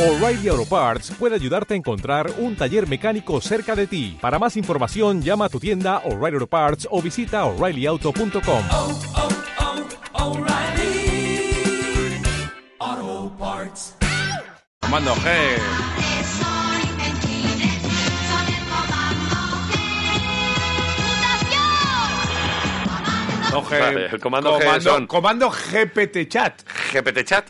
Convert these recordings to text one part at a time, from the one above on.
O'Reilly Auto Parts puede ayudarte a encontrar un taller mecánico cerca de ti. Para más información, llama a tu tienda O'Reilly Auto Parts o visita oreillyauto.com. O'Reilly Auto Parts. Mando G. G- Vale, el comando G son- comando GPT chat. GPT Chat.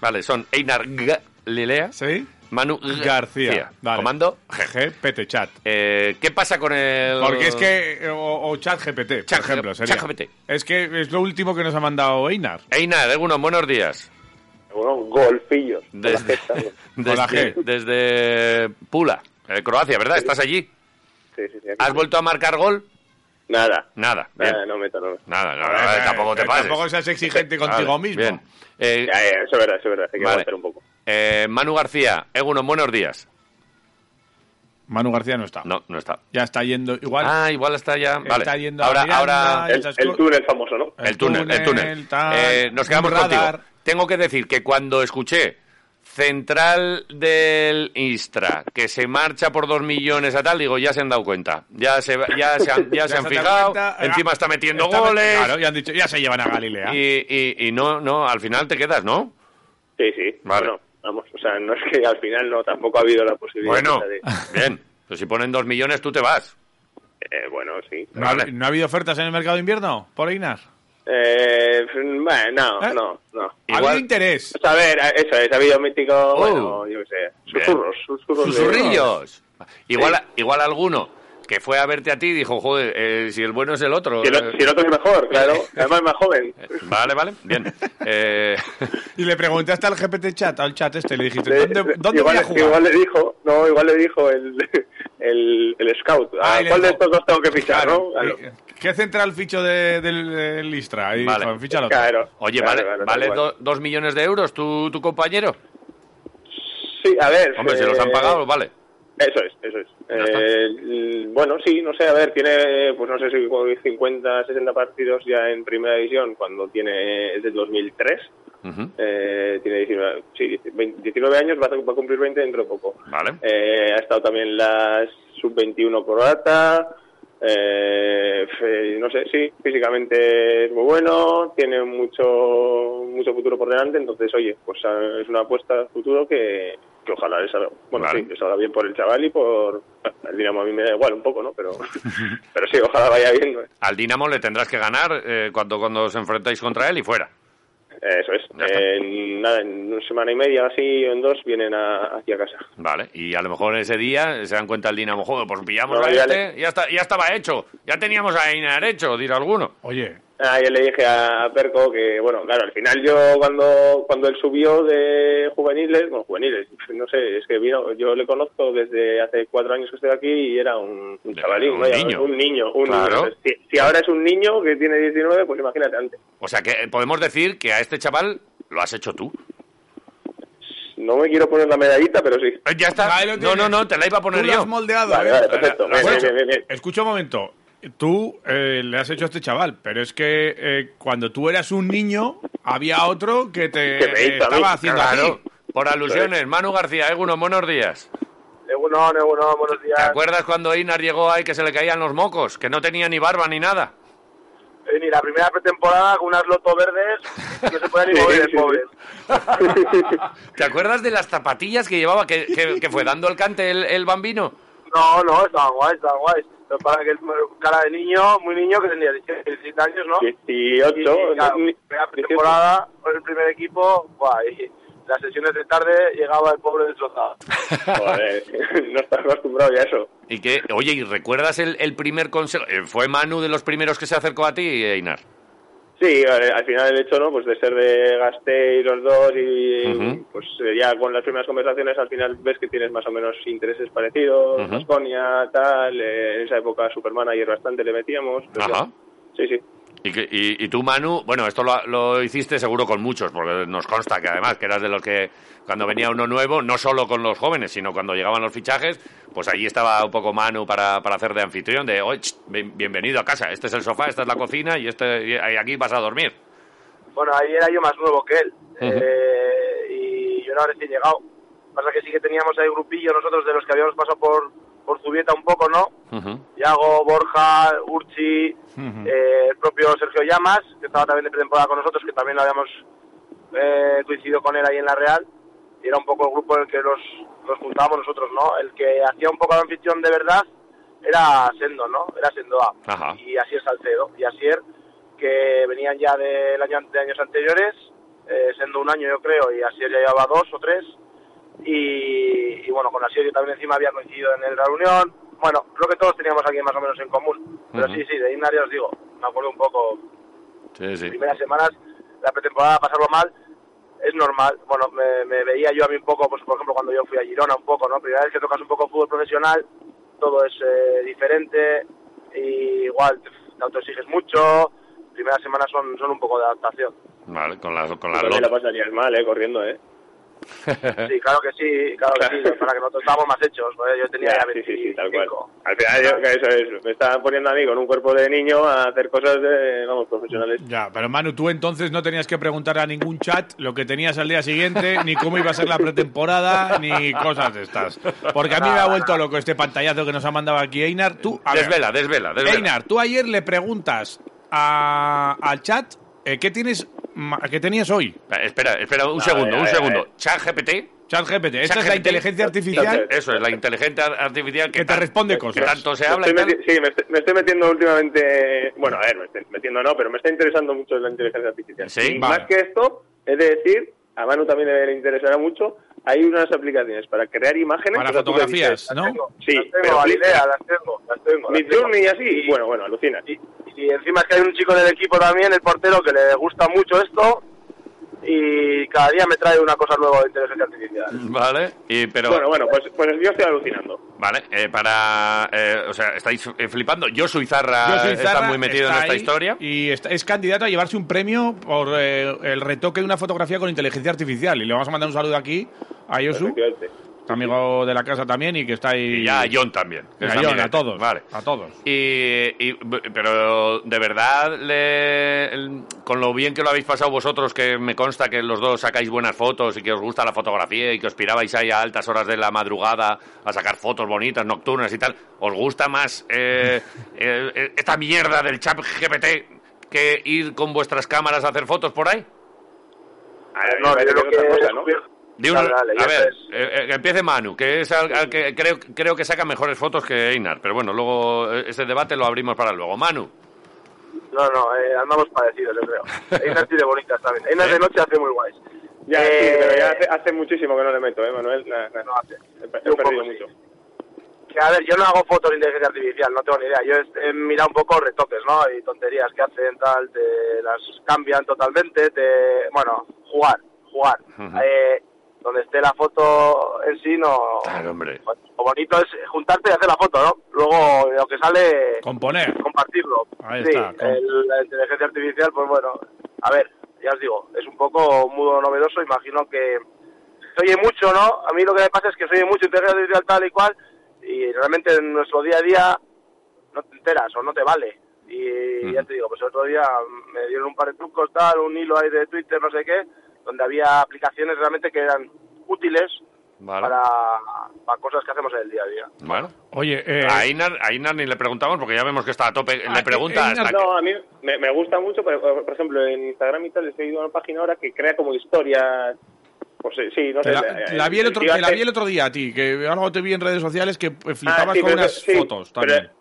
Vale, son Einar Galilea, ¿Sí? Manu G- García. Vale. Comando G. GPT chat. Eh, ¿Qué pasa con el...? Porque es que. O, o chat GPT, Chat- por ejemplo. Sería. Chat GPT. Es que es lo último que nos ha mandado Einar. Einar, algunos buenos días. Bueno, golfillos. con la Desde, jeta, ¿no? Con la desde, G. desde Pula, eh, Croacia, ¿verdad? ¿Estás allí? Sí, sí, sí, aquí. ¿Has vuelto a marcar gol? Nada. Nada. bien. Nada, no meto, no meto. Nada, no, no, tampoco te Eh, pases. Tampoco seas exigente Vale, contigo mismo. Bien. Eh, Ya, ya, eso es verdad, eso es verdad. Hay que Vale. aguantar un poco. eh, Manu García, Egunon, buenos días. Manu García no está. No, no está. Ya está yendo. Igual. Ah, igual está ya. Vale. Está yendo a ahora, Miranda, ahora Ahí El, estás el tú. túnel famoso, ¿no? el, túnel, el túnel. tal, Eh, nos quedamos un radar. contigo. Tengo que decir que cuando escuché Central del Istra, que se marcha por dos millones a tal, digo, ya se han dado cuenta. Ya se, ya se han, ya se han te das fijado, cuenta, ah, encima está metiendo está met- goles. Claro, ya han dicho, ya se llevan a Galilea. y, y, y no, no, al final te quedas, ¿no? Sí, sí. Vale. Bueno, vamos, o sea, no es que al final no, tampoco ha habido la posibilidad. Bueno, de- bien. Pero si ponen dos millones, tú te vas. eh, bueno, sí. ¿No, ha- Vale. no ha habido ofertas en el mercado de invierno por Einar? Eh, bueno, no, ¿Eh? no, no. Ha habido Igual- interés. O sea, a ver, eh, eso es, ha habido mítico, bueno, yo qué sé, Oh. Bien. susurros, susurros. de- Susurrillos. Igual, Sí. igual alguno que fue a verte a ti y dijo, joder, eh, si el bueno es el otro. Si el, eh, o- si el otro es mejor, claro. Además es más joven. Vale, vale, bien. Eh, Y le preguntaste al GPT chat, al chat este, le dijiste, Le- ¿dónde, le- dónde Eh, igual, voy a jugar? igual le dijo, no, igual le dijo el, el, el scout. Ah, Ah, y le ¿Cuál de dijo- estos dos tengo que fichar, Claro, no? Claro. eh, ¿Qué central ficho de, del, del Istra? Y Vale. dijo, ficha al otro. Claro, oye, claro, ¿vale, claro, vale tal cual. do- dos millones de euros tu, tu compañero? Sí, a ver. Hombre, si los eh, han pagado, vale. Eso es, eso es. Ya está. Eh, l- bueno, sí, no sé, a ver, tiene, pues no sé si como 50, 60 partidos ya en primera división, cuando tiene, es del 2003. Ujú, Eh, tiene 19, sí, 20 19 años, va a, va a cumplir 20 dentro de poco. Vale. Eh, ha estado también la sub-21 croata. Eh, f- no sé, sí, físicamente es muy bueno, tiene mucho mucho futuro por delante, entonces, oye, pues a- es una apuesta a futuro que, que ojalá les salga, bueno, Vale. sí, les salga bien por el chaval y por el Dinamo a mí me da igual un poco, ¿no? Pero, pero sí, ojalá vaya bien, ¿no? Al Dinamo le tendrás que ganar eh, cuando, cuando os enfrentáis contra él y fuera. eso es. Ya está. En, nada, en una semana y media así o en dos vienen a- aquí a casa. Vale, y a lo mejor ese día se dan cuenta el Dinamo, joder, pues pillamos No, a ya este, ya, está, ya estaba hecho, ya teníamos a Einar hecho, dirá alguno. Oye, Ah, yo le dije a, a Perco que, bueno, claro, al final yo cuando, cuando él subió de juveniles, bueno, juveniles, no sé, es que vino, yo le conozco desde hace cuatro años que estoy aquí y era un, un Era chavalín, un vaya, niño. un niño, un Claro. niño. Entonces, Si, si ahora es un niño que tiene 19, pues imagínate antes. O sea que eh, podemos decir que a este chaval lo has hecho tú. No me quiero poner la medallita, pero sí. Eh, Ya está. Ahí lo no, tienes. no, no, te la iba a tú poner lo yo. has moldeado, Vale, ¿eh? vale, perfecto. Lo has Bien, bien, hecho. bien, bien. Escucha un momento. Tú eh, le has hecho a este chaval, pero es que eh, cuando tú eras un niño, había otro que te Que me hizo a mí. estaba haciendo Claro. así. Por alusiones, Manu García, Eguno, buenos días. Eguno, Eguno, buenos ¿Te días. acuerdas cuando Einar llegó ahí que se le caían los mocos? Que no tenía ni barba ni nada. Ni la Eh, primera pretemporada con unas lotos verdes, no se puede ni mover el pobre. ¿Te acuerdas de las zapatillas que llevaba, que, que- que fue dando el cante el, el bambino? No, no, estaba guay, estaba guay. Pero para que cara de niño, muy niño, que tenía 17 años, ¿no? 18, la temporada, con el primer equipo, guay. Las sesiones de tarde llegaba el pobre destrozado. Joder, no está acostumbrado ya a eso. Y que, oye, ¿y recuerdas el, el primer consejo? Eh, ¿Fue Manu de los primeros que se acercó a ti, Einar? Sí, eh, al final el hecho, ¿no? Pues de ser de Gasteiz los dos y Ujú. pues eh, ya con las primeras conversaciones al final ves que tienes más o menos intereses parecidos, Ujú. Baskonia, tal, eh, en esa época Supermanager bastante le metíamos. pero Ajá. Sí, sí. ¿Y, que- y- y tú, Manu, bueno, esto lo, lo hiciste seguro con muchos, porque nos consta que además que eras de los que cuando venía uno nuevo, no solo con los jóvenes, sino cuando llegaban los fichajes, pues allí estaba un poco Manu para, para hacer de anfitrión, de, "Oye, ch, bien- bienvenido a casa, este es el sofá, esta es la cocina y, este, y aquí vas a dormir. Bueno, ahí era yo más nuevo que él. Ujú. Eh, y yo no recién llegado. Pasa que sí que teníamos ahí grupillo nosotros de los que habíamos pasado por, por Zubieta un poco, ¿no? Ujú. Yago, Borja, Urchi, eh, el propio Sergio Llamas, que estaba también de pretemporada con nosotros, que también lo habíamos eh, coincidido con él ahí en La Real. Y era un poco el grupo en el que los, nos juntábamos nosotros, ¿no? El que hacía un poco la anfitrión de verdad era Sendo, ¿no? Era Sendoa. Ajá. Y Asier Salcedo. Y Asier, que venían ya del año, de años anteriores, eh, Sendo un año yo creo, y Asier ya llevaba dos o tres. Y, y bueno, con Asier yo también encima había coincidido en el Real Unión. Bueno, creo que todos teníamos aquí más o menos en común. Pero Ujú. sí, sí, de Ignar ya os digo, me acuerdo un poco Sí, sí. primeras semanas, la pretemporada, pasarlo mal, es normal. Bueno, me, me veía yo a mí un poco, pues por ejemplo, cuando yo fui a Girona un poco, ¿no? Primera vez que tocas un poco fútbol profesional, todo es eh, diferente, y igual te, te autoexiges mucho, primeras semanas son, son un poco de adaptación. Vale, con la, con la También la lota. pasarías mal, ¿eh? Corriendo, ¿eh? Sí, claro que sí, claro que sí, para que nosotros estábamos más hechos, ¿no? yo tenía ya sí, sí, sí, tal cual. 25. Al final, yo, que eso es, me están poniendo a mí con un cuerpo de niño a hacer cosas de, vamos, profesionales. Ya, pero Manu, tú entonces no tenías que preguntar a ningún chat lo que tenías al día siguiente, ni cómo iba a ser la pretemporada, ni cosas de estas. Porque a mí me ha vuelto loco este pantallazo que nos ha mandado aquí Einar. Tú, a ver, Desvela, desvela, desvela. Einar, tú ayer le preguntas a- al chat eh, qué tienes, ma- qué tenías hoy. Eh, Espera, espera un A segundo, ver, un a ver, a segundo. ver. Chat GPT. Chat GPT, esta es ChatGPT. la inteligencia artificial Eso es, la inteligencia artificial que, que te tan- responde que cosas. tanto se Me habla y estoy tal. meti- sí, me estoy, me estoy metiendo últimamente. Bueno, a ver, me estoy metiendo no, pero me está interesando mucho la inteligencia artificial. Sí, Y vale. Más que esto, es de decir, a Manu también le interesará mucho. Hay unas aplicaciones para crear imágenes. para o sea, tú le fotografías, dices, ¿no? Tengo- Sí, las tengo, pero- Galilea, las tengo, las tengo. las tengo. Midjourney y así. y Bueno, bueno, alucina. y, y encima es que hay un chico del equipo también, el portero, que le gusta mucho esto y cada día me trae una cosa nueva de inteligencia artificial. Vale, y, pero. Bueno, bueno, pues, pues yo estoy alucinando. Vale, eh, para. eh, o sea, estáis eh, flipando. Yo soy Zarra, Yo soy está Zarra, muy metido en está esta ahí historia. Y está- es candidato a llevarse un premio por eh, el retoque de una fotografía con inteligencia artificial. Y le vamos a mandar un saludo aquí a Pues Yosu, efectivamente. amigo de la casa también, y que está ahí. Y ya a John también. Y que a está John, mirando. a todos. Vale. A todos. Y, y- pero de verdad, le- el- con lo bien que lo habéis pasado vosotros, que me consta que los dos sacáis buenas fotos y que os gusta la fotografía y que os pirabais ahí a altas horas de la madrugada a sacar fotos bonitas, nocturnas y tal, ¿os gusta más eh, eh, eh, esta mierda del chat GPT que ir con vuestras cámaras a hacer fotos por ahí? A ver, me No, yo parece creo que que es otra cosa, es ¿no? un- De uno- Dale, dale, este a ya ver, sabes. eh, eh, que empiece Manu, que es al, al que creo, creo que saca mejores fotos que Einar. Pero bueno, luego eh, ese debate lo abrimos para luego. Manu. No, no, eh, andamos parecidos, yo creo. Hay unas así de bonitas también. Hay unas de noche hace muy guays. Eh. Ya, Eh, sí, pero ya hace, hace muchísimo que no le meto, ¿eh, Manuel? Nah, nah. No hace. He, pe- he Un poco perdido sí. mucho. Que, a ver, yo no hago fotos de inteligencia artificial, no tengo ni idea. Yo he- he mirado un poco retoques, ¿no? Y tonterías que hacen, tal, te las cambian totalmente, te... Bueno, jugar, jugar. Eh, donde esté la foto en sí no... Claro, hombre. Bueno, Lo bonito es juntarte y hacer la foto, ¿no? Luego lo que sale, Componer. compartirlo. Ahí sí, está, com- el- la inteligencia artificial, pues bueno, a ver, ya os digo, es un poco un mundo novedoso, imagino que se oye mucho, ¿no? A mí lo que me pasa es que se oye mucho inteligencia artificial tal y cual, y realmente en nuestro día a día no te enteras o no te vale. Y ya te digo, pues el otro día me dieron un par de trucos, tal, un hilo ahí de Twitter, no sé qué, donde había aplicaciones realmente que eran útiles Vale. para, para cosas que hacemos en el día a día. Bueno. Oye, eh, A Einar, a Einar ni le preguntamos porque ya vemos que está a tope. Ah, Le pregunta eh, hasta Einar, que- No, a mí me, me gusta mucho, pero, por ejemplo, en Instagram y tal, he seguido una página ahora que crea como historias. Pues sí, sí, no te sé. la, eh, te la vi el otro, tío te la hace- vi el otro día a ti, que algo te vi en redes sociales que eh, Ah, flipabas sí, con pero- unas sí, fotos también. Pero,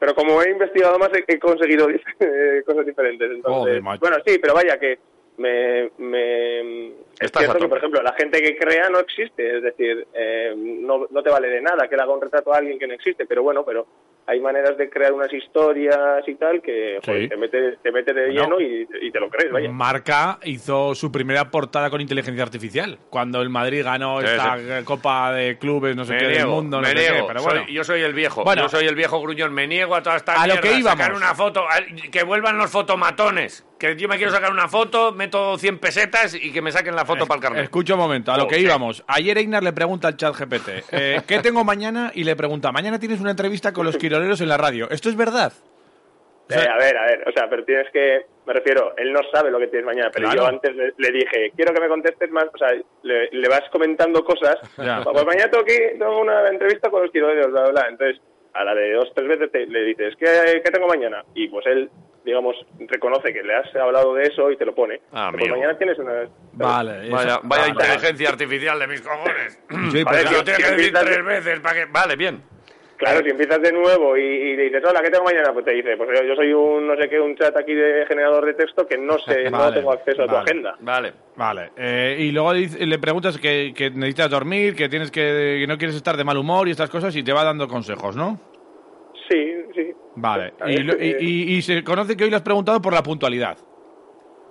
pero como he investigado más, he, he conseguido eh, cosas diferentes. Entonces, Joder, macho. bueno, sí, pero vaya que me, me es Estás a cierto que, tope. por ejemplo, la gente que crea no existe. Es decir, eh, no, no te vale de nada que le haga un retrato a alguien que no existe. Pero bueno, pero hay maneras de crear unas historias y tal que joder, Sí. te, mete, te mete de Bueno. lleno y, y te lo crees, vaya. Marca hizo su primera portada con inteligencia artificial cuando el Madrid ganó Sí, esta sí. eh, Copa de Clubes, no sé Me qué del niego, mundo, no me sé qué, niego. pero bueno. Soy- yo soy el viejo. Bueno. yo soy el viejo gruñón. Me niego a toda esta A lo mierda, que íbamos. Sacar una foto. a- que vuelvan los fotomatones. Que yo me quiero sacar una foto, meto 100 pesetas y que me saquen la foto para el carnet. Escucha un momento, a lo Oh, que sí. íbamos. Ayer Einar le pregunta al chat GPT, eh, ¿qué tengo mañana? Y le pregunta, mañana tienes una entrevista con los quiroleros en la radio. ¿Esto es verdad? O sea, Eh, a ver, a ver, o sea, pero tienes que Me refiero, él no sabe lo que tienes mañana, pero Claro. yo antes le, le dije, quiero que me contestes más, o sea, le, le vas comentando cosas. Ya. Pues mañana tengo, que, ir- tengo una entrevista con los tiroideos, bla, bla, bla. Entonces, a la de dos, tres veces te- le dices, ¿qué, qué tengo mañana? Y pues él, digamos, reconoce que le has hablado de eso y te lo pone. Ah, Pues amigo. mañana tienes una... Vale. Vaya, eso- Ah, vaya vale. inteligencia artificial de mis cojones. Sí, Vale, pero- tío, tienes que decir Empiezas- tres veces para que... Vale, bien. Claro, si empiezas de nuevo y, y le dices, hola, ¿qué tengo mañana? Pues te dice, pues yo, yo soy un no sé qué, un chat aquí de generador de texto que no sé, no Vale, tengo acceso a tu vale. agenda. Vale. Vale, eh, y luego dice- le preguntas que, que necesitas dormir, que tienes que, que no quieres estar de mal humor y estas cosas y te va dando consejos, ¿no? Sí, sí. Vale, A y, ver, lo- y- eh, y- y se conoce que hoy lo has preguntado por la puntualidad.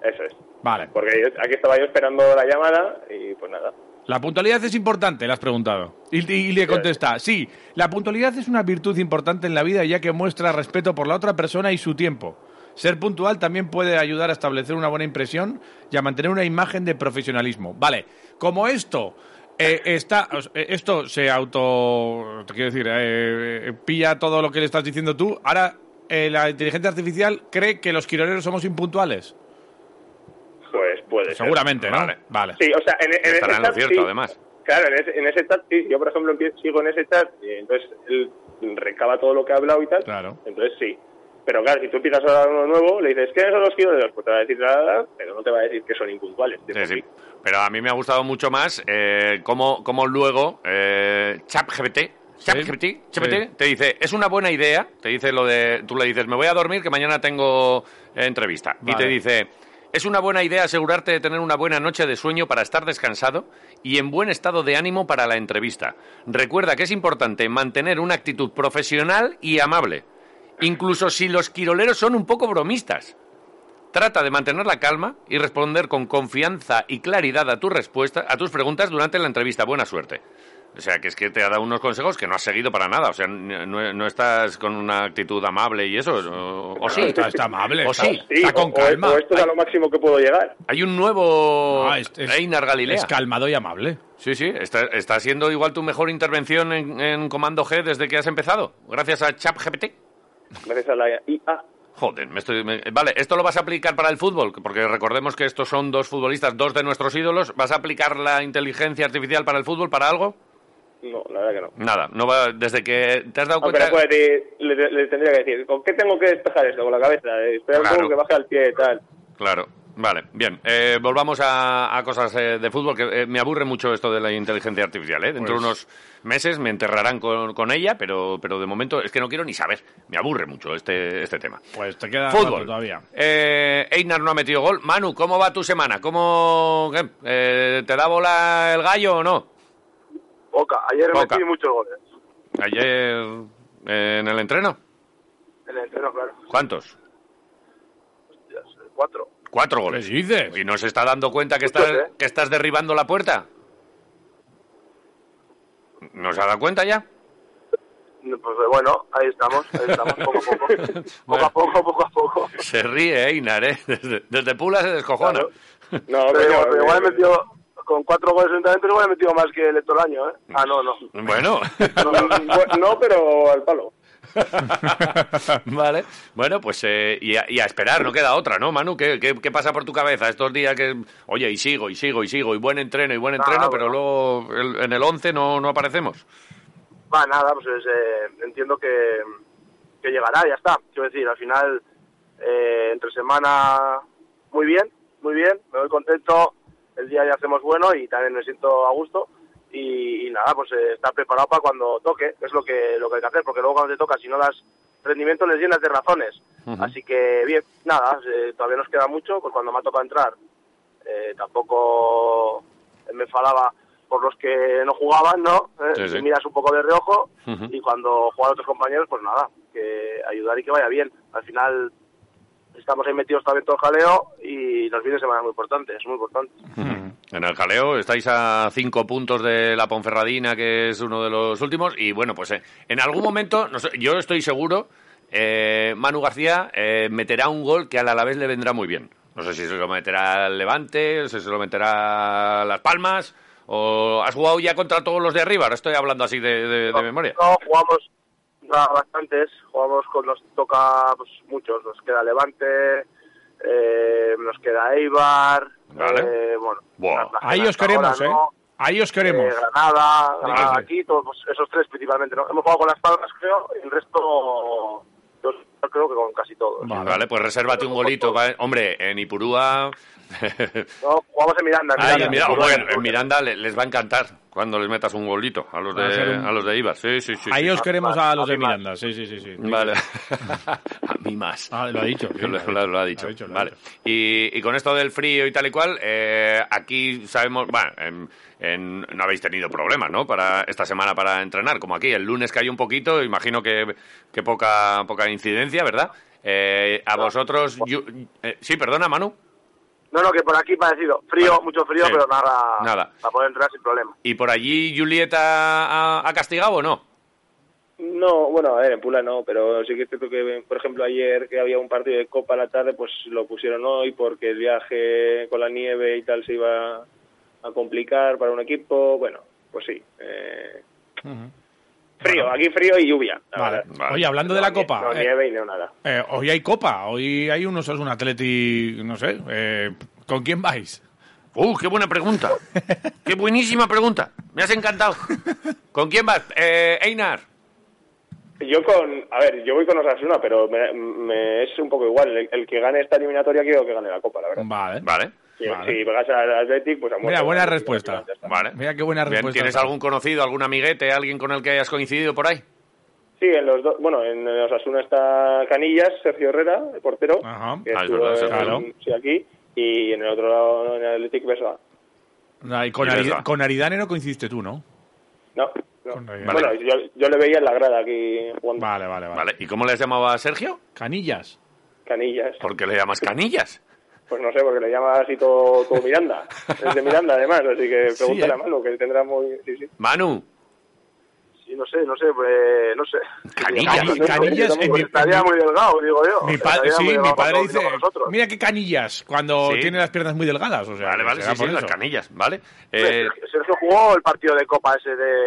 Eso es. Vale, Porque yo- aquí estaba yo esperando la llamada y pues nada. la puntualidad es importante, le has preguntado. Y, y- y le contesta, sí, la puntualidad es una virtud importante en la vida ya que muestra respeto por la otra persona y su tiempo. Ser puntual también puede ayudar a establecer una buena impresión y a mantener una imagen de profesionalismo. Vale, como esto eh, está, o sea, eh, esto se auto, te quiero decir, eh, eh, pilla todo lo que le estás diciendo tú. Ahora eh, la inteligencia artificial cree que los quiroleros somos impuntuales. Pues puede ser. Seguramente, ¿no? Vale. vale. Sí, o sea, en, en ese Estará en lo chat cierto, sí. además. Claro, en ese, en ese chat sí. Yo, por ejemplo, empie- sigo en ese chat y entonces él recaba todo lo que ha hablado y tal. Claro. Entonces sí. Pero claro, si tú empiezas a hablar uno nuevo, le dices, ¿quiénes son los kilos? Pues te va a decir nada, pero no te va a decir que son impuntuales. Sí, sí. Pero a mí me ha gustado mucho más eh, cómo, cómo luego eh, ChatGPT, ChatGPT, ChatGPT, sí. te dice, es una buena idea, te dice lo de, tú le dices, me voy a dormir que mañana tengo eh, entrevista. Y Vale. te dice, es una buena idea asegurarte de tener una buena noche de sueño para estar descansado y en buen estado de ánimo para la entrevista. Recuerda que es importante mantener una actitud profesional y amable, incluso si los quiroleros son un poco bromistas. Trata de mantener la calma y responder con confianza y claridad a, tu respuesta, a tus preguntas durante la entrevista. Buena suerte. O sea, que es que te ha dado unos consejos que no has seguido para nada. O sea, n- no, no estás con una actitud amable y eso. O, o sí. Está, está amable. O está- sí. está con o- o- calma. o esto es a lo máximo que puedo llegar. Hay un nuevo Ah, es- es- Einar Galilea. es calmado y amable. sí, sí. Está, está siendo igual tu mejor intervención en, en Comando G desde que has empezado. Gracias a ChatGPT. Gracias a la IA. Joder, me estoy, me- vale, esto lo vas a aplicar para el fútbol, porque recordemos que estos son dos futbolistas, dos de nuestros ídolos. ¿Vas a aplicar la inteligencia artificial para el fútbol, para algo? No, la verdad que no. Nada, no va, desde que te has dado Ah, cuenta... pero acuérdate, le, le tendría que decir, ¿con qué tengo que despejar esto? Con la cabeza, eh, espera un Claro. poco que baje al pie y tal. Claro, vale, bien. Eh, volvamos a, a cosas eh, de fútbol, que eh, me aburre mucho esto de la inteligencia artificial. ¿eh? Dentro de unos meses me enterrarán con, con ella, pero, pero de momento es que no quiero ni saber. Me aburre mucho este, este tema. Pues te queda Fútbol. rato todavía. Eh, Einar no ha metido gol. Manu, ¿cómo va tu semana? ¿Cómo qué? Eh, te da bola el gallo o no? Poca, ayer Poca. metí muchos goles. Ayer eh, en el entreno. En el entreno, claro. ¿Cuántos? Hostias, Cuatro. Cuatro goles. ¿Qué dices? ¿Y no se está dando cuenta que Muchos, estás, ¿eh? que estás derribando la puerta? ¿No se ha dado cuenta ya? No, Pues eh, bueno, ahí estamos, ahí estamos, poco a poco. Poco Bueno. a poco, poco a poco. Se ríe Einar, ¿eh? Desde, desde Pula se descojona. Claro. No, Pero, coño, igual- pero igual he eh, metido, con cuatro goles en talento, igual he metido más que el todo el año, ¿eh? Ah, no, no. Bueno. No, no. bu- No, pero al palo. vale. Bueno, pues eh, y, a, y a esperar, no queda otra, ¿no, Manu? ¿Qué, qué, qué pasa por tu cabeza estos días que, oye, y sigo, y sigo, y sigo, y buen entreno, y buen entreno, Ah, pero luego el- en el 11 no, no aparecemos? Va, nada, pues eh, entiendo que, que llegará, ya está. Quiero decir, al final, eh, entre semana, muy bien, muy bien, me voy contento, el día ya hacemos bueno y también me siento a gusto. Y, y nada, pues eh, estar preparado para cuando toque, que es lo que, lo que hay que hacer, porque luego cuando te toca, si no das rendimiento, les llenas de razones. Así que, bien, nada, eh, todavía nos queda mucho, pues cuando me ha tocado entrar, eh, tampoco me enfadaba por los que no jugaban, ¿no? Eh, Sí, sí. y miras un poco de reojo Ujú. y cuando juegan otros compañeros, pues nada, que ayudar y que vaya bien. Al final estamos ahí metidos también todo el jaleo y los fines de semana es muy importante, es muy importante. En el jaleo estáis a cinco puntos de la Ponferradina, que es uno de los últimos, y bueno, pues eh, en algún momento, no sé, yo estoy seguro, eh, Manu García eh, meterá un gol que al Alavés le vendrá muy bien. No sé si se lo meterá al Levante, si se lo meterá a Las Palmas, o has jugado ya contra todos los de arriba, ahora estoy hablando así de, de- de memoria. No, jugamos a bastantes, jugamos con, nos toca pues, muchos, nos queda Levante, eh, nos queda Eibar, Vale. eh, bueno, Buah. Ahí os Hasta ahora queremos, ¿eh? no. Ahí os queremos. eh, Granada, Granada sí. aquí, todos pues, esos tres principalmente. ¿no? Hemos jugado con las palmas, creo, el resto yo creo que con casi todos. Vale. pues resérvate un golito. ¿vale? Hombre, en Ipurúa. No, jugamos en Miranda. en Ay, en Miranda, Miranda. bueno, en Miranda le- les va a encantar cuando les metas un golito a los de, Va a ser un- a los de Ibar. Sí, sí, sí. Ahí sí. os queremos a los de a mí más. Miranda. Sí, sí, sí. sí. Vale. a mí más. Ah, lo ha dicho, sí, Lo, lo ha lo- dicho. lo ha dicho. Lo ha dicho, lo ha vale. dicho. Y, y con esto del frío y tal y cual, eh, aquí sabemos, bueno, en- en- no habéis tenido problemas, ¿no? Para esta semana para entrenar, como aquí, el lunes cayó un poquito, imagino que, que poca, poca incidencia, ¿verdad? Eh, a vosotros, yo- eh, sí, perdona, Manu. No, no, que por aquí parecido. Frío, Vale. mucho frío, Sí. pero nada, Nada. Para poder entrar sin problema. ¿Y por allí Julieta ha, ha castigado o no? No, bueno, a ver, en Pula no, pero sí que es cierto que, por ejemplo, ayer que había un partido de Copa a la tarde, pues lo pusieron hoy porque el viaje con la nieve y tal se iba a complicar para un equipo. Bueno, pues sí. eh, Frío, aquí frío y lluvia. la Vale. verdad. Vale. Oye, hablando de la No, Copa. No eh, nieve y no nada. eh, hoy hay Copa. Hoy hay unos un Atleti, no sé. eh, ¿Con quién vais? ¡Uh, qué buena pregunta! ¡Qué buenísima pregunta! Me has encantado. ¿Con quién vas? Eh, Einar. Yo con, a ver, yo voy con Osasuna, pero me, me es un poco igual. El, el que gane esta eliminatoria quiero que gane la Copa, la verdad. Vale. Vale. Si, Vale. si pegas al Athletic, pues a muerte. Mira, buena Al Athletic, respuesta. ya está. Vale. Mira qué buena Bien, respuesta. ¿Tienes algún conocido, algún amiguete, alguien con el que hayas coincidido por ahí? Sí, en los dos. Bueno, en Osasuna está Canillas, Sergio Herrera, el portero. Ajá. que Ah, es estuvo verdad, Sergio. en- Claro. sí, aquí. Y en el otro lado, en el Athletic, Berga. Ay, con, Y Ari- Vesga. con Aridane no coincidiste tú, ¿no? No. no. Con Reyes. Bueno, Vale. yo, yo le veía en la grada aquí jugando Vale, vale, vale. Vale. ¿Y cómo le has llamado a Sergio? Canillas. Canillas. ¿Por qué le llamas Canillas? Pues no sé, porque le llama así todo, todo Miranda. es de Miranda, además, así que Sí, pregúntale eh. a Manu, que tendrá muy... Sí, sí. Manu. Sí, no sé, no sé, pues, no sé. Canillas. Sí, no sé, Canillas estamos- en mi- estaría en mi- muy delgado, digo yo. Mi, pa- Estaría sí, muy mi delgado padre cuando dice, vino con nosotros. mira qué canillas, cuando Sí. tiene las piernas muy delgadas. O sea, Vale, que vale, será sí, sí, por las eso. canillas, ¿vale? Eh, Hombre, Sergio- Sergio jugó el partido de Copa ese de,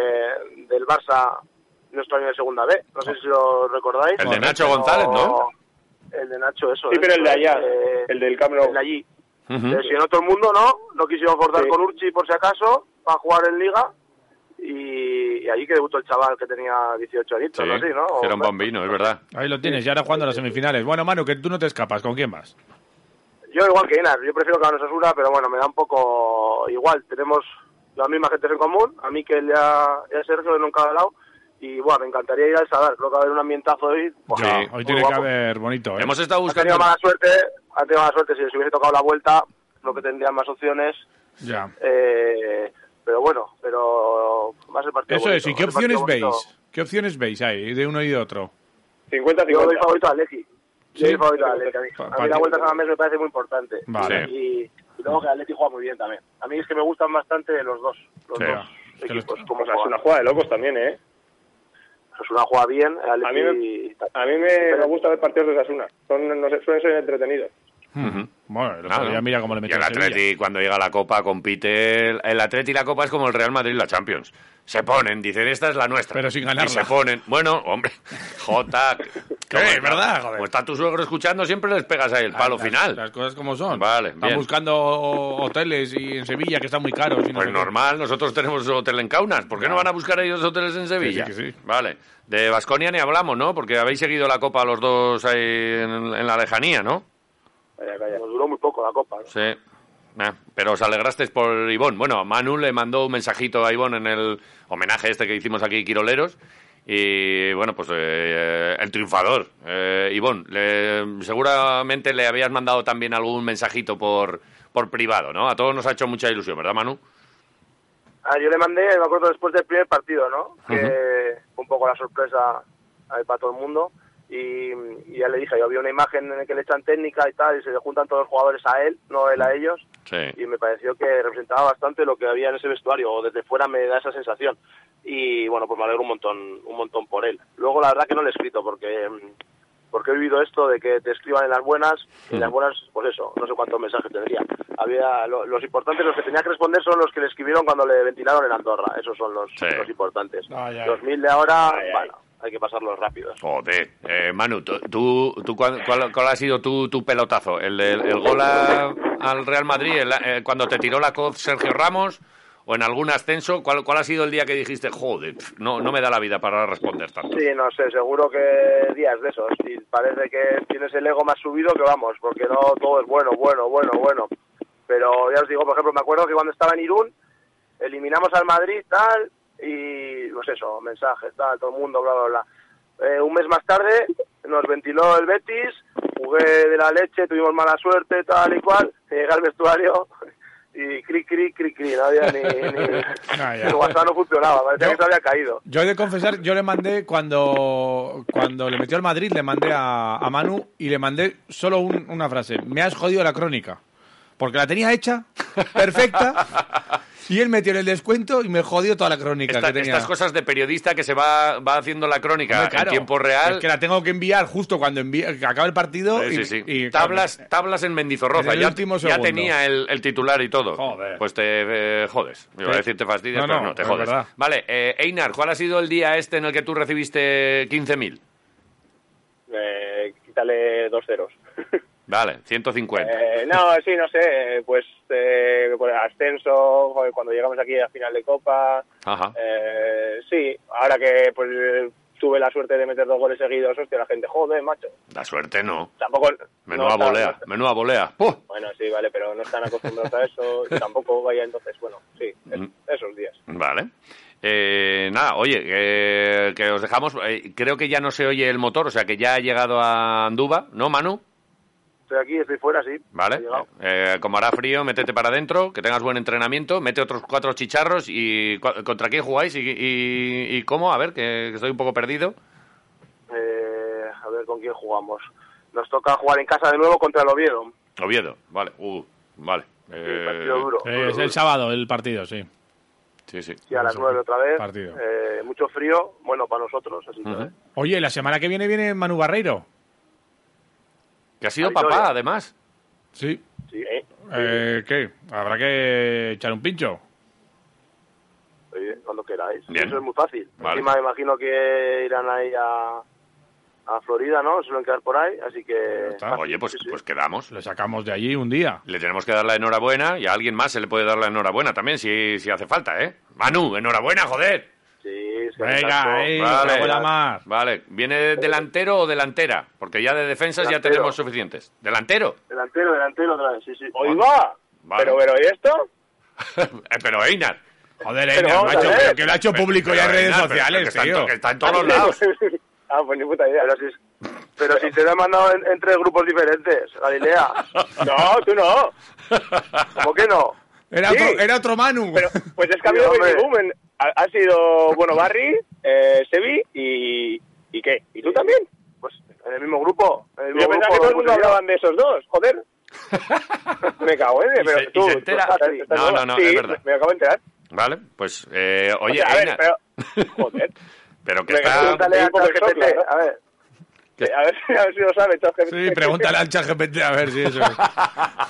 del Barça nuestro año de segunda B. No sé si lo recordáis. El de Nacho González, ¿no? El de Nacho, eso. Sí, pero el de allá, Eh, el del Camp Nou. El de allí. ujú. Lesionó todo el mundo, ¿no? No quisieron cortar Sí. con Urchi por si acaso para jugar en Liga. Y, y allí que debutó el chaval que tenía 18 añitos, Sí, ¿no? Así, ¿no? O- era un bambino, es verdad. Ahí lo tienes, ya ahora jugando las semifinales. Bueno, Manu, que tú no te escapas, ¿con quién vas? Yo igual que Inar, yo prefiero que a Osasuna, pero bueno, me da un poco igual. Tenemos las mismas gentes en común, a mí que ya es Sergio en un cada lado. Y bueno, me encantaría ir al Sadar, creo que va a haber un ambientazo ahí. Pues Sí. Ya, muy hoy tiene que guapo. haber bonito, ¿eh? Hemos estado Ha tenido buscando... mala suerte, ha tenido mala suerte, si les hubiese tocado la vuelta, lo que tendrían más opciones. Ya. Eh, pero bueno, pero va a ser partido Eso es, bonito, ¿y qué va a ser partido opciones veis? bonito. ¿Qué opciones veis ahí, de uno y de otro? 50-50. Yo doy favorito a Alexi. Sí. Yo doy favorito a Alexi. A mí, Pa- a mí pa- la vuelta a San Mamés me parece muy importante. Vale. Y, y luego que Alexi juega muy bien también. A mí es que me gustan bastante los dos. Los Sí. dos Es que los- equipos. Como Como sea, Pues es una Sasuna. jugada de locos también, ¿eh? Sasuna juega bien. Alexi... A mí me- Ah, A mí me, me gusta ver partidos de Sasuna. Son, no sé, suelen ser entretenidos. Ujú. Bueno, el otro Claro. día mira cómo le Y metió el al Sevilla. Atleti, cuando llega la Copa, compite. El, el Atleti y la Copa es como el Real Madrid y la Champions. Se ponen, dicen, esta es la nuestra. Pero sin ganarla. Y se ponen. Bueno, hombre, Jota. como es está- verdad, joder. Como está tu suegro escuchando, siempre les pegas ahí el palo Las- final. Las cosas como son. Vale, Están bien. buscando hoteles y en Sevilla que están muy caros. Y no Pues sé qué. normal, nosotros tenemos hotel en Kaunas. ¿Por qué no Claro. van a buscar ellos hoteles en Sevilla? que sí. Vale. De Vasconia ni hablamos, ¿no? Porque habéis seguido la Copa los dos ahí en, en la lejanía, ¿no? Vaya, vaya. Nos duró muy poco la copa. ¿no? Sí. Ah, pero os alegrasteis por Ivón. Bueno, Manu le mandó un mensajito a Ivón en el homenaje este que hicimos aquí, Quiroleros. Y bueno, pues eh, el triunfador, eh, Ivón. le- seguramente le habías mandado también algún mensajito por, por privado, ¿no? A todos nos ha hecho mucha ilusión, ¿verdad, Manu? Ah, yo le mandé, me acuerdo, después del primer partido, ¿no? Que fue un poco la sorpresa ahí para todo el mundo. Y, y ya le dije, yo había una imagen en la que le echan técnica y tal, y se le juntan todos los jugadores a él, no él a ellos. Sí. y me pareció que representaba bastante lo que había en ese vestuario o desde fuera me da esa sensación y bueno pues me alegro un montón un montón por él luego la verdad que no le he escrito porque mm, porque he vivido esto de que te escriban en las buenas y en las buenas pues eso no sé cuántos mensajes tendría había lo- los importantes los que tenía que responder son los que le escribieron cuando le ventilaron en Andorra esos son los, Sí. los importantes Ay, ay. los mil de ahora Ay, ay. bueno hay que pasarlos rápido. Joder. Eh, Manu, tú, tú, tú cuál, cuál- cuál ha sido tu, tu pelotazo? ¿El, el, el gol a- al Real Madrid el- eh, cuando te tiró la coz Sergio Ramos? ¿O en algún ascenso? ¿Cuál, cuál ha sido el día que dijiste, joder, pf, no, no me da la vida para responder tanto? Sí, no sé, seguro que días de esos. Y parece que tienes el ego más subido que vamos, porque no todo es bueno, bueno, bueno, bueno. Pero ya os digo, por ejemplo, me acuerdo que cuando estaba en Irún, eliminamos al Madrid, tal, y pues eso, mensajes, tal, todo el mundo, bla, bla, bla. Eh, un mes más tarde nos ventiló el Betis, jugué de la leche, tuvimos mala suerte, tal y cual, llegué al vestuario y cri, cri, cri, cri, no había ni... ni... Ah, ya. El WhatsApp no funcionaba, parecía Yo- que se había caído. Yo he de confesar, yo le mandé cuando, cuando le metió al Madrid, le mandé a, a Manu y le mandé solo un- una frase. Me has jodido la crónica. Porque la tenía hecha, perfecta, y él metió en el descuento y me jodió toda la crónica Esta- que tenía. Estas cosas de periodista que se va, va haciendo la crónica Hombre, claro, en tiempo real. Es que la tengo que enviar justo cuando envía- que acaba el partido. Sí, y, sí, sí. y- tablas, tablas en Mendizorroza. En el ya, último ya segundo. tenía el, el titular y todo. Joder. Pues te eh, jodes. Iba a Sí. decir te fastidias, No, pero no, no, te es jodes. verdad. Vale, eh, Einar, ¿cuál ha sido el día este en el que tú recibiste 15.000? Eh, quítale dos ceros. Vale, 150. Eh, no, sí, no sé, eh, pues eh, por el ascenso, joder, cuando llegamos aquí a final de Copa, Ajá. eh, sí, ahora que pues eh, tuve la suerte de meter dos goles seguidos, hostia, la gente, joder, macho, La suerte no. tampoco... Menuda no está- volea, no está- menuda volea. ¡Puh! bueno, sí, vale, pero no están acostumbrados a eso, y tampoco vaya entonces, bueno, sí, es- Mm. esos días. Vale. Eh, nada, oye, eh, que os dejamos. eh, creo que ya no se oye el motor, o sea que ya ha llegado a Anduba, ¿no, Manu? Estoy aquí, estoy fuera, sí. He Vale. llegado. Eh, como hará frío, métete para adentro, que tengas buen entrenamiento, mete otros cuatro chicharros y cua- contra quién jugáis y, y- y cómo, a ver, que, que estoy un poco perdido. Eh, a ver con quién jugamos. Nos toca jugar en casa de nuevo contra el Oviedo. Oviedo, vale, uh, vale. Eh, partido duro. Eh, es el sábado el partido, sí. Sí, sí. Sí, a las Eso, nueve otra vez. partido. Eh, mucho frío, bueno, para nosotros. Así que, Ujú. Oye, la semana que viene viene Manu Barreiro. Que ha sido Ay, papá, Gloria. además. Sí. sí. Eh, ¿Qué? ¿Habrá que echar un pincho? Oye, cuando queráis. Bien. Eso es muy fácil. Vale. Encima me imagino que irán ahí a, a Florida, ¿no? Se lo quedar por ahí, así que... está. Ah, Oye, pues, sí, sí. pues quedamos. Lo sacamos de allí un día. Le tenemos que dar la enhorabuena y a alguien más se le puede dar la enhorabuena también si, si hace falta, ¿eh? Manu, enhorabuena, joder. Sí, es que Venga, exacto. ahí, Vale. vale. la mar. Vale, ¿viene delantero o delantera? Porque ya de defensas ya Delantero. tenemos suficientes. ¿Delantero? Delantero, delantero otra vez, sí, sí. ¡Oiga! Vale. Pero, pero, ¿y esto? Eh, pero Einar. Joder, Einar, vamos a macho, ver. pero que lo ha hecho público Pero, ya en redes Einar, pero sociales, que está en tío. to- que está en todos lados. ah, pues ni puta idea. Pero si, pero si te lo he mandado en- en tres grupos diferentes, Galilea. No, tú no. ¿Cómo que no? Era, Sí. otro, era otro Manu. Pero, pues es que ha Sí, habido hombre. baby boom. en- ha, ha sido, bueno, Barry, eh, Sebi y... ¿Y qué? ¿Y tú también? Pues en el mismo grupo. En el mismo Yo pensaba grupo, que todo el los mundo puse yo. hablaban de esos dos, joder. Me cago, ¿eh? Pero se- y tú, se tú entera. estás- estás No, nueva. no, no, Sí, es verdad. Me, me acabo de enterar. Vale, pues, eh, O oye, sea, a ver, Einar, pero... Joder. pero que venga, está... Pregúntale un a poco de ChatGPT, sopla, ¿no? a ver. ¿Qué? A ver, a ver si lo sabes. chaval. Sí, pregúntale al ChatGPT a ver si eso.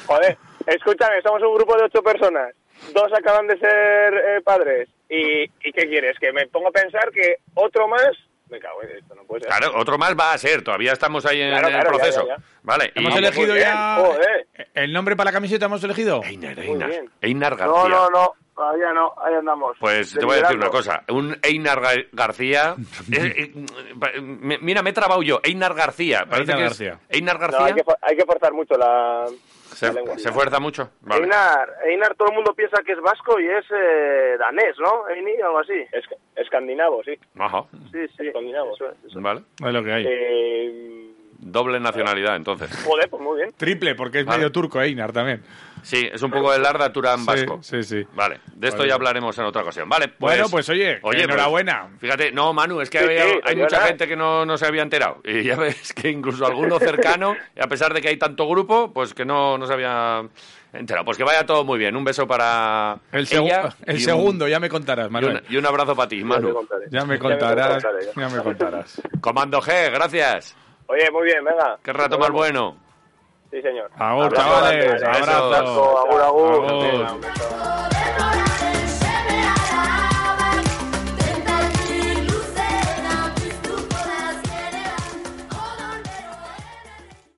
Joder, escúchame, somos un grupo de ocho personas. Dos acaban de ser eh, padres. ¿Y, ¿Y qué quieres? Que me ponga a pensar que otro más... Me cago en esto, no puede ser. Claro, otro más va a ser, todavía estamos ahí en Claro, el claro, ya, proceso. ya, ya. Vale, y... hemos muy elegido bien, ya. joder. ¿El nombre para la camiseta hemos elegido? Einar, Muy Einar, bien. Einar García. No, no, no, todavía no, ahí andamos. Pues te voy a decir una Deliberando. cosa, un Einar Ga- García... eh, eh, me- mira, me he trabado yo, Einar García. Parece Einar que es- García. Einar No, hay, García que, for- hay que forzar mucho la, la lengua. se, se fuerza mucho. Vale. Einar, Einar, todo el mundo piensa que es vasco y es eh, danés, ¿no? Eini, algo así. Esc- escandinavo, sí. Ajá, Sí, sí. Escandinavo. Eso es, eso es. vale. Es lo que hay. Eh, Doble nacionalidad, entonces. joder, pues muy bien. Triple, porque es Vale. medio turco, Einar también. Sí, es un poco el Arda Turán Sí, vasco. sí, sí. Vale, de esto Vale. ya hablaremos en otra ocasión. Vale, pues, Bueno, pues, oye, enhorabuena. fíjate, no, Manu, es que Sí, había- sí, hay enhorabuena. mucha gente que no, no se había enterado. Y ya ves que incluso alguno cercano, a pesar de que hay tanto grupo, pues que no, no se había enterado. Pues que vaya todo muy bien. Un beso para El, segu- ella el y un- segundo, ya me contarás, y, un, Manuel. y un abrazo para ti, Ya te Manu. contaré. Ya me te contarás. contaré, ya. Ya me contarás. Comando G, gracias. Oye, muy bien, venga. Qué rato más bueno. Sí, señor. Agur, Abrazo, chavales. grande. Abrazo. Abrazo, agur, agur. Agur. Venga, un beso.